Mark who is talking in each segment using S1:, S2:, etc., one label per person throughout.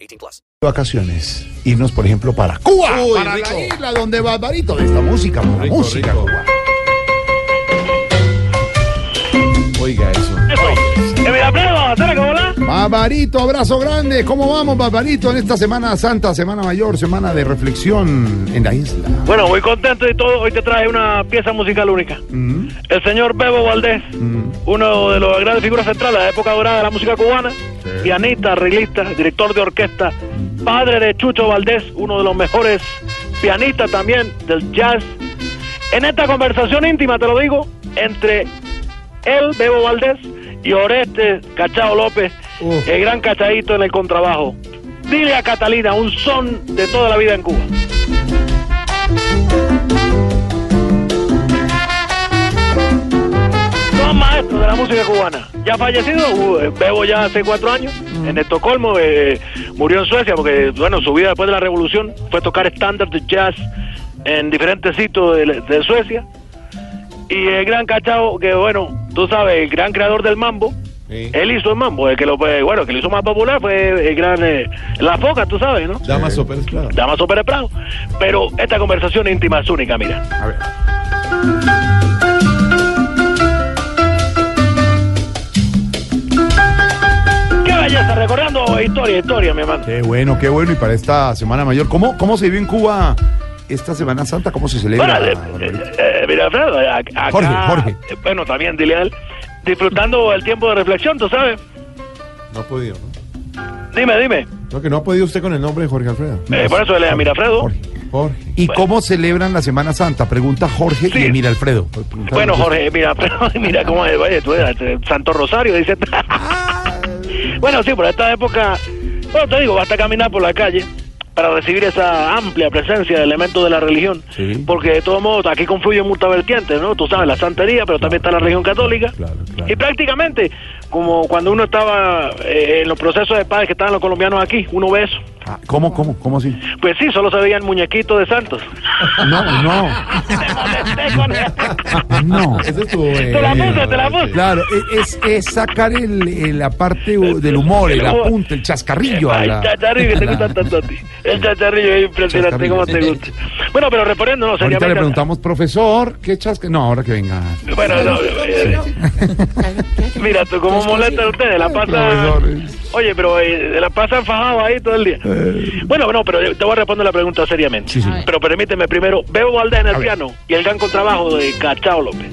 S1: 18 plus.
S2: vacaciones, irnos por ejemplo para Cuba,
S3: Uy,
S2: para
S3: rico.
S2: la isla donde va Barbarito, de esta música, por la
S3: Rico,
S2: música
S3: rico.
S2: Cuba.
S3: Oiga eso.
S4: ¡Que me la prueba! ¡Dale, que bola!
S2: Barbarito, abrazo grande, ¿cómo vamos Barbarito en esta Semana Santa, Semana Mayor, Semana de Reflexión en la isla?
S4: Bueno, muy contento y todo. Hoy te traje una pieza musical única.
S2: Mm,
S4: El señor Bebo Valdés,
S2: mm.
S4: uno de los grandes figuras centrales de la época dorada de la música cubana, pianista, arreglista, director de orquesta, padre de Chucho Valdés, uno de los mejores pianistas también del jazz. En esta conversación íntima, te lo digo, entre él, Bebo Valdés, y Oreste Cachao López,
S2: Uf.
S4: el gran cachadito en el contrabajo. Dile a Catalina, un son de toda la vida en Cuba. Dos maestros de la música cubana. Ya fallecido, uh, Bebo ya hace cuatro años, en Estocolmo, eh, murió en Suecia, porque bueno, su vida después de la revolución fue tocar estándar de jazz en diferentes sitios de, de Suecia. Y el gran cachao, que bueno, tú sabes, el gran creador del mambo,
S3: Sí.
S4: él hizo el mambo, el que lo fue- bueno, el que lo hizo más popular fue el gran eh, La Foca, tú sabes, ¿no?
S3: Damas o Pérez Prado.
S4: Damaso Pérez Prado. Pero esta conversación íntima es única, mira.
S2: A ver.
S4: ¡Qué belleza! Recordando historia, historia, mi hermano.
S2: Qué bueno, qué bueno, y para esta Semana Mayor, ¿cómo, cómo se vive en Cuba esta Semana Santa? ¿Cómo se celebra?
S4: Bueno, eh,
S2: Barbarito?
S4: eh, eh, mira, Alfredo, a- acá-
S2: Jorge, Jorge.
S4: eh, Bueno, también dile a él. Disfrutando el tiempo de reflexión, tú sabes.
S3: No ha podido, ¿no?
S4: Dime, dime.
S3: No, que no ha podido usted con el nombre de Jorge Alfredo.
S4: Eh, por eso dile a Mirafredo.
S2: Jorge.
S3: Jorge.
S2: ¿Y cómo celebran la Semana Santa? Pregunta Jorge
S4: Sí.
S2: y mira Alfredo.
S4: Bueno, Jorge, mira, pero mira cómo es, vaya, tú eras, eh, Santo Rosario, dice. bueno, sí, por esta época, bueno, te digo, basta caminar por la calle para recibir esa amplia presencia de elementos de la religión,
S3: Sí.
S4: porque de todos modos aquí confluyen muchas vertientes, ¿no? Tú sabes, la santería, pero también está la religión católica.
S3: Claro, claro.
S4: Y prácticamente, como cuando uno estaba eh, en los procesos de paz que estaban los colombianos aquí, uno ve eso.
S2: Ah, ¿Cómo, cómo, cómo así?
S4: Pues sí, solo se veían muñequitos de santos.
S2: No, no.
S4: Me molesté con él.
S2: Ah, No.
S3: Ese estuvo
S4: Te la puse, te la puse.
S2: Claro, e, es, es sacar el, el- la parte uh, del humor, el apunte, el chascarrillo. a
S4: Ay,
S2: la-
S4: chacharrillo, que te
S2: a la-
S4: gusta tanto a ti. El chacharrillo es impresionante
S2: Chacharrillo.
S4: como te gusta. Bueno, pero respondiendo, no,
S2: Ahorita le
S4: seriamente-
S2: preguntamos, profesor, ¿qué chasca? No, ahora que venga.
S4: Bueno, no, eh, mira tú, cómo molesta a ustedes, la pasan...
S2: Profesores.
S4: Oye, pero eh, la pasan fajado ahí todo el día. Bueno, bueno, pero eh, te voy a responder la pregunta seriamente.
S2: Sí, sí.
S4: Pero permíteme primero, Bebo Valdés en el
S2: ver.
S4: piano y el gran contrabajo de Cachao López.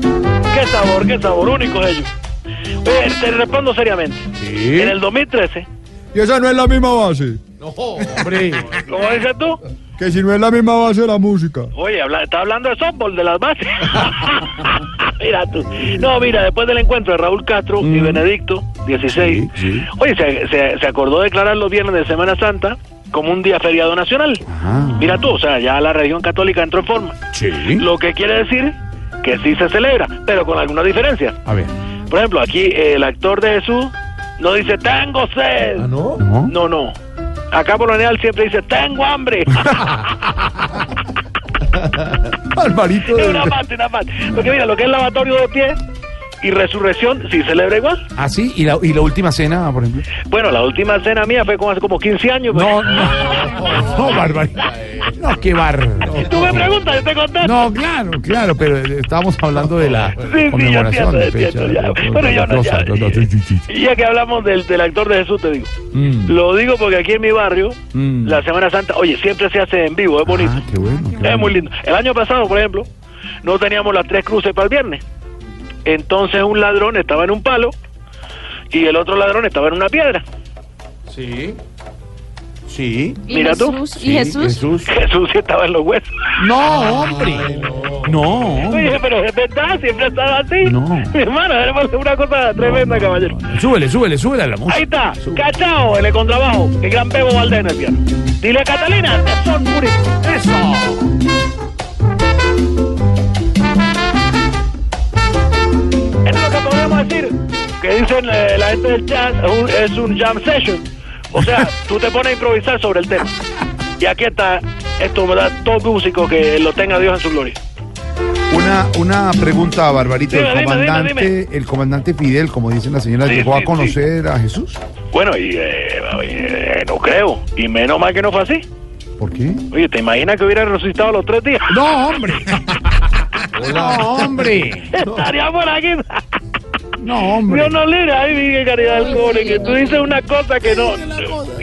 S4: Qué sabor, qué sabor, únicos ellos. Oye, te respondo seriamente.
S2: Sí.
S4: En el 2013,
S5: Y esa no es la misma base.
S2: Hombre,
S4: como dices tú,
S5: Que si no es la misma base de la música.
S4: Oye, habla- está hablando de softball, de las bases. mira tú. No, mira, después del encuentro de Raúl Castro y Benedicto, 16.
S2: Sí, sí.
S4: Oye, se, se- se acordó declarar los viernes de Semana Santa como un día feriado nacional.
S2: Ajá.
S4: Mira tú, o sea, ya la religión católica entró en forma.
S2: sí.
S4: Lo que quiere decir que sí se celebra, pero con algunas diferencias.
S2: A ver.
S4: Por ejemplo, aquí eh, el actor de Jesús no dice tengo sed.
S3: Ah, ¿no?
S2: ¿no?
S4: No, no. Acá por lo general siempre dice tengo hambre.
S2: Alvarito
S4: Es
S2: del-
S4: una parte, una parte. Porque mira, lo que es lavatorio de pies y resurrección, sí celebra igual.
S2: ¿Ah, sí? ¿Y la, ¿Y la última cena, por ejemplo?
S4: Bueno, la última cena mía fue como hace como 15 años. pues.
S2: No, no. No, Barbarito. No, qué bar.
S4: Tú me preguntas, yo te contesto.
S2: No, claro, claro, pero eh, estábamos hablando de la
S4: Sí, sí, yo
S2: conmemoración.
S4: entiendo,
S2: de
S4: entiendo.
S2: fecha,
S4: ya.
S2: de-
S4: Bueno, yo no,
S2: cosa,
S4: ya.
S2: cosa, sí, sí, sí.
S4: Y ya que hablamos del, del actor de Jesús, te digo.
S2: Mm.
S4: Lo digo porque aquí en mi barrio,
S2: Mm.
S4: la Semana Santa, oye, siempre se hace en vivo, es bonito.
S2: Ah, qué bueno. qué
S4: Es
S2: bueno.
S4: muy lindo. El año pasado, por ejemplo, no teníamos las tres cruces para el viernes. Entonces un ladrón estaba en un palo y el otro ladrón estaba en una piedra.
S3: Sí. Sí.
S6: ¿Y
S4: Mira tú.
S6: Jesús? Ah, ¿Y Jesús?
S4: Jesús sí estaba en los huesos.
S2: No, hombre.
S3: No.
S4: Yo dije, pero es verdad, siempre estaba así.
S3: No.
S4: Mi hermano, es una cosa tremenda, caballero.
S6: Súbele, súbele, súbele a la música.
S4: Ahí está, cachao en el contrabajo. El gran Bebo Valdés en el piano. Dile a Catalina, te son puris. Eso. Esto es lo que podríamos decir, que dicen eh, la gente del jazz, es un, es un jam session. O sea, tú te pones a improvisar sobre el tema. Y aquí está, esto me da todo músico que lo tenga Dios en su gloria.
S2: Una, una pregunta, Barbarito.
S4: Dime,
S2: el,
S4: dime, dime,
S2: comandante, el comandante Fidel, como dicen las señoras,
S4: Sí,
S2: llegó
S4: sí,
S2: a conocer a Jesús.
S4: Bueno, y eh, eh, no creo. Y menos mal que no fue así.
S2: ¿Por qué?
S4: Oye, ¿te imaginas que hubiera resucitado a los tres días?
S2: ¡No, hombre! ¡No, hombre!
S4: Estaría por aquí.
S2: ¡No, hombre!
S4: Dios nos libre. Ay, Miguel Caridad del Cobre, que tú dices una cosa que no...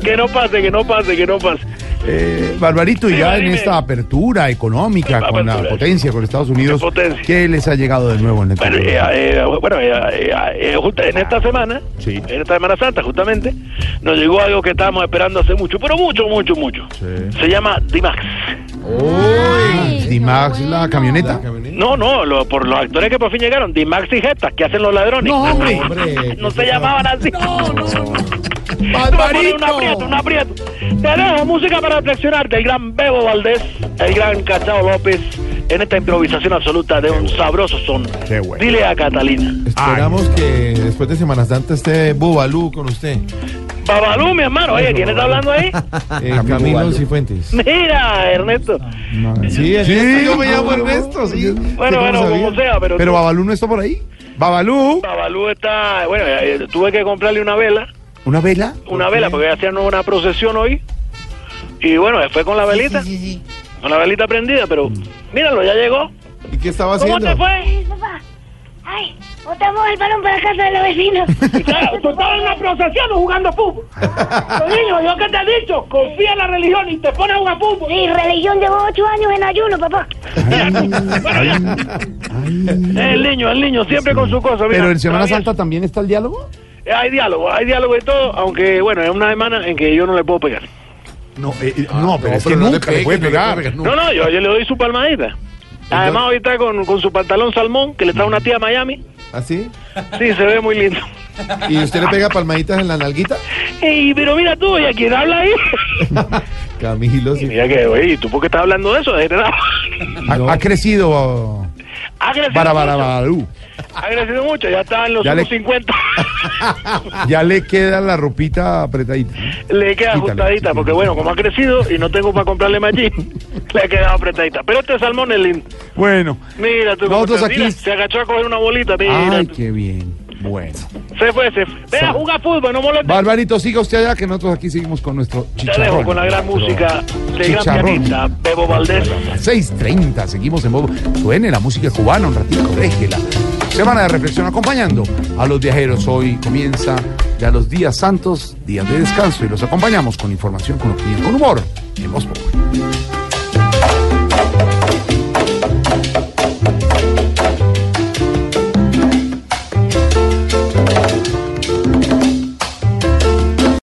S4: Que no pase, que no pase, que no pase.
S2: Eh, Barbarito, y ya
S4: Dime,
S2: en
S4: dime.
S2: esta apertura económica
S4: Sí,
S2: con la
S4: apertura.
S2: potencia, con Estados Unidos,
S4: Qué potencia.
S2: ¿qué les ha llegado de nuevo en el
S4: Bueno, eh, eh, bueno eh, eh, eh, justo en esta semana,
S2: Sí.
S4: en esta Semana Santa justamente, nos llegó algo que estábamos esperando hace mucho, pero mucho, mucho, mucho. Se llama Dimax. eh,
S7: Ay,
S2: Dimax,
S7: qué
S2: la
S7: bueno.
S2: camioneta.
S4: No, no, lo- por los actores que por fin llegaron, Dimax y Jetas, que hacen los ladrones.
S2: No, hombre.
S4: no se llamaban así.
S2: No, no,
S4: Tú me pones un aprieto, un aprieto. Te dejo música para reflexionar del gran Bebo Valdés, el gran Cachao López, en esta improvisación absoluta de un sabroso son.
S2: Qué bueno.
S4: Dile a Catalina.
S3: Esperamos que después de Semana Santa esté Bubalú con usted.
S4: Babalú, mi hermano, oye, ¿quién está hablando ahí?
S3: Eh, Camilo Cifuentes.
S4: Mira, Ernesto.
S3: Sí, Ernesto, yo me llamo Ernesto, sí.
S4: Bueno, bueno, como sea, pero,
S2: Pero Babalú no está por ahí. Babalú,
S4: Babalú está, bueno, eh, tuve que comprarle una vela,
S2: una vela.
S4: una vela, porque hacían una procesión hoy. Y bueno, fue con la velita, con la velita prendida, pero
S2: Mm.
S4: míralo, ya llegó.
S3: ¿Y qué estaba
S4: ¿Cómo
S3: haciendo?
S4: te fue?
S7: Ay, papá. Ay, botamos el balón para casa de los vecinos.
S4: Claro, tú estabas en una procesión o jugando fútbol. Niño, yo que te he dicho, confía en la religión y te pones a jugar fútbol.
S7: Sí, religión llevo ocho años en ayuno, papá.
S4: El niño, el niño, siempre con su cosa. mira,
S2: Pero en Semana
S4: travieso.
S2: Santa también está el diálogo.
S4: Eh, Hay diálogo, hay diálogo y todo, aunque bueno, es una semana en que yo no le puedo pegar.
S2: No, eh, eh, no, pero
S3: Ah, no,
S2: es que
S3: pero no le
S2: nunca le
S3: pegue,
S2: puede
S3: no le
S2: pegar.
S3: pegue,
S4: No, no, yo, yo le doy su palmadita. Además, hoy está con, con su pantalón salmón, que le trae una tía a Miami.
S2: ¿Ah,
S3: ¿Así?
S4: Sí, se ve muy lindo.
S3: ¿Y usted le pega palmaditas en la nalguita?
S4: Ey, pero mira tú, ¿y a quién habla ahí?
S3: Camilo
S4: Y
S3: Cifuentes.
S4: mira que, oye, ¿tú por qué estás hablando de este eso, degenerado?
S2: Ha, ha crecido oh,
S4: Ha crecido
S2: para para
S4: mucho,
S2: Babalú.
S4: ha crecido mucho, ya está en los
S2: Ya le-
S4: 150.
S2: Ya le queda la ropita apretadita.
S4: le queda
S2: Quítale,
S4: ajustadita,
S2: sí,
S4: porque
S2: sí.
S4: bueno, como ha crecido y no tengo para comprarle más jean, le ha quedado apretadita. Pero este salmón es lindo.
S2: Bueno.
S4: Mira tú,
S2: Nosotros
S4: cómo está. Mira,
S2: aquí-
S4: se agachó a coger una bolita, mira.
S2: Ay,
S4: tú.
S2: qué bien. Bueno.
S4: Se fue, se fue. Ve a jugar fútbol, no molestes.
S2: Barbarito, siga usted allá que nosotros aquí seguimos con nuestro
S4: Te dejo
S2: chicharrón.
S4: con la gran música del gran
S2: Chicharrón.
S4: pianista Bebo Valdés.
S2: 6.30, seguimos en Bobo. Suene la música cubana un ratito, déjela. Semana de reflexión acompañando a los viajeros. Hoy comienza ya los días santos, días de descanso y los acompañamos con información, con opinión, con humor en Voz Populi.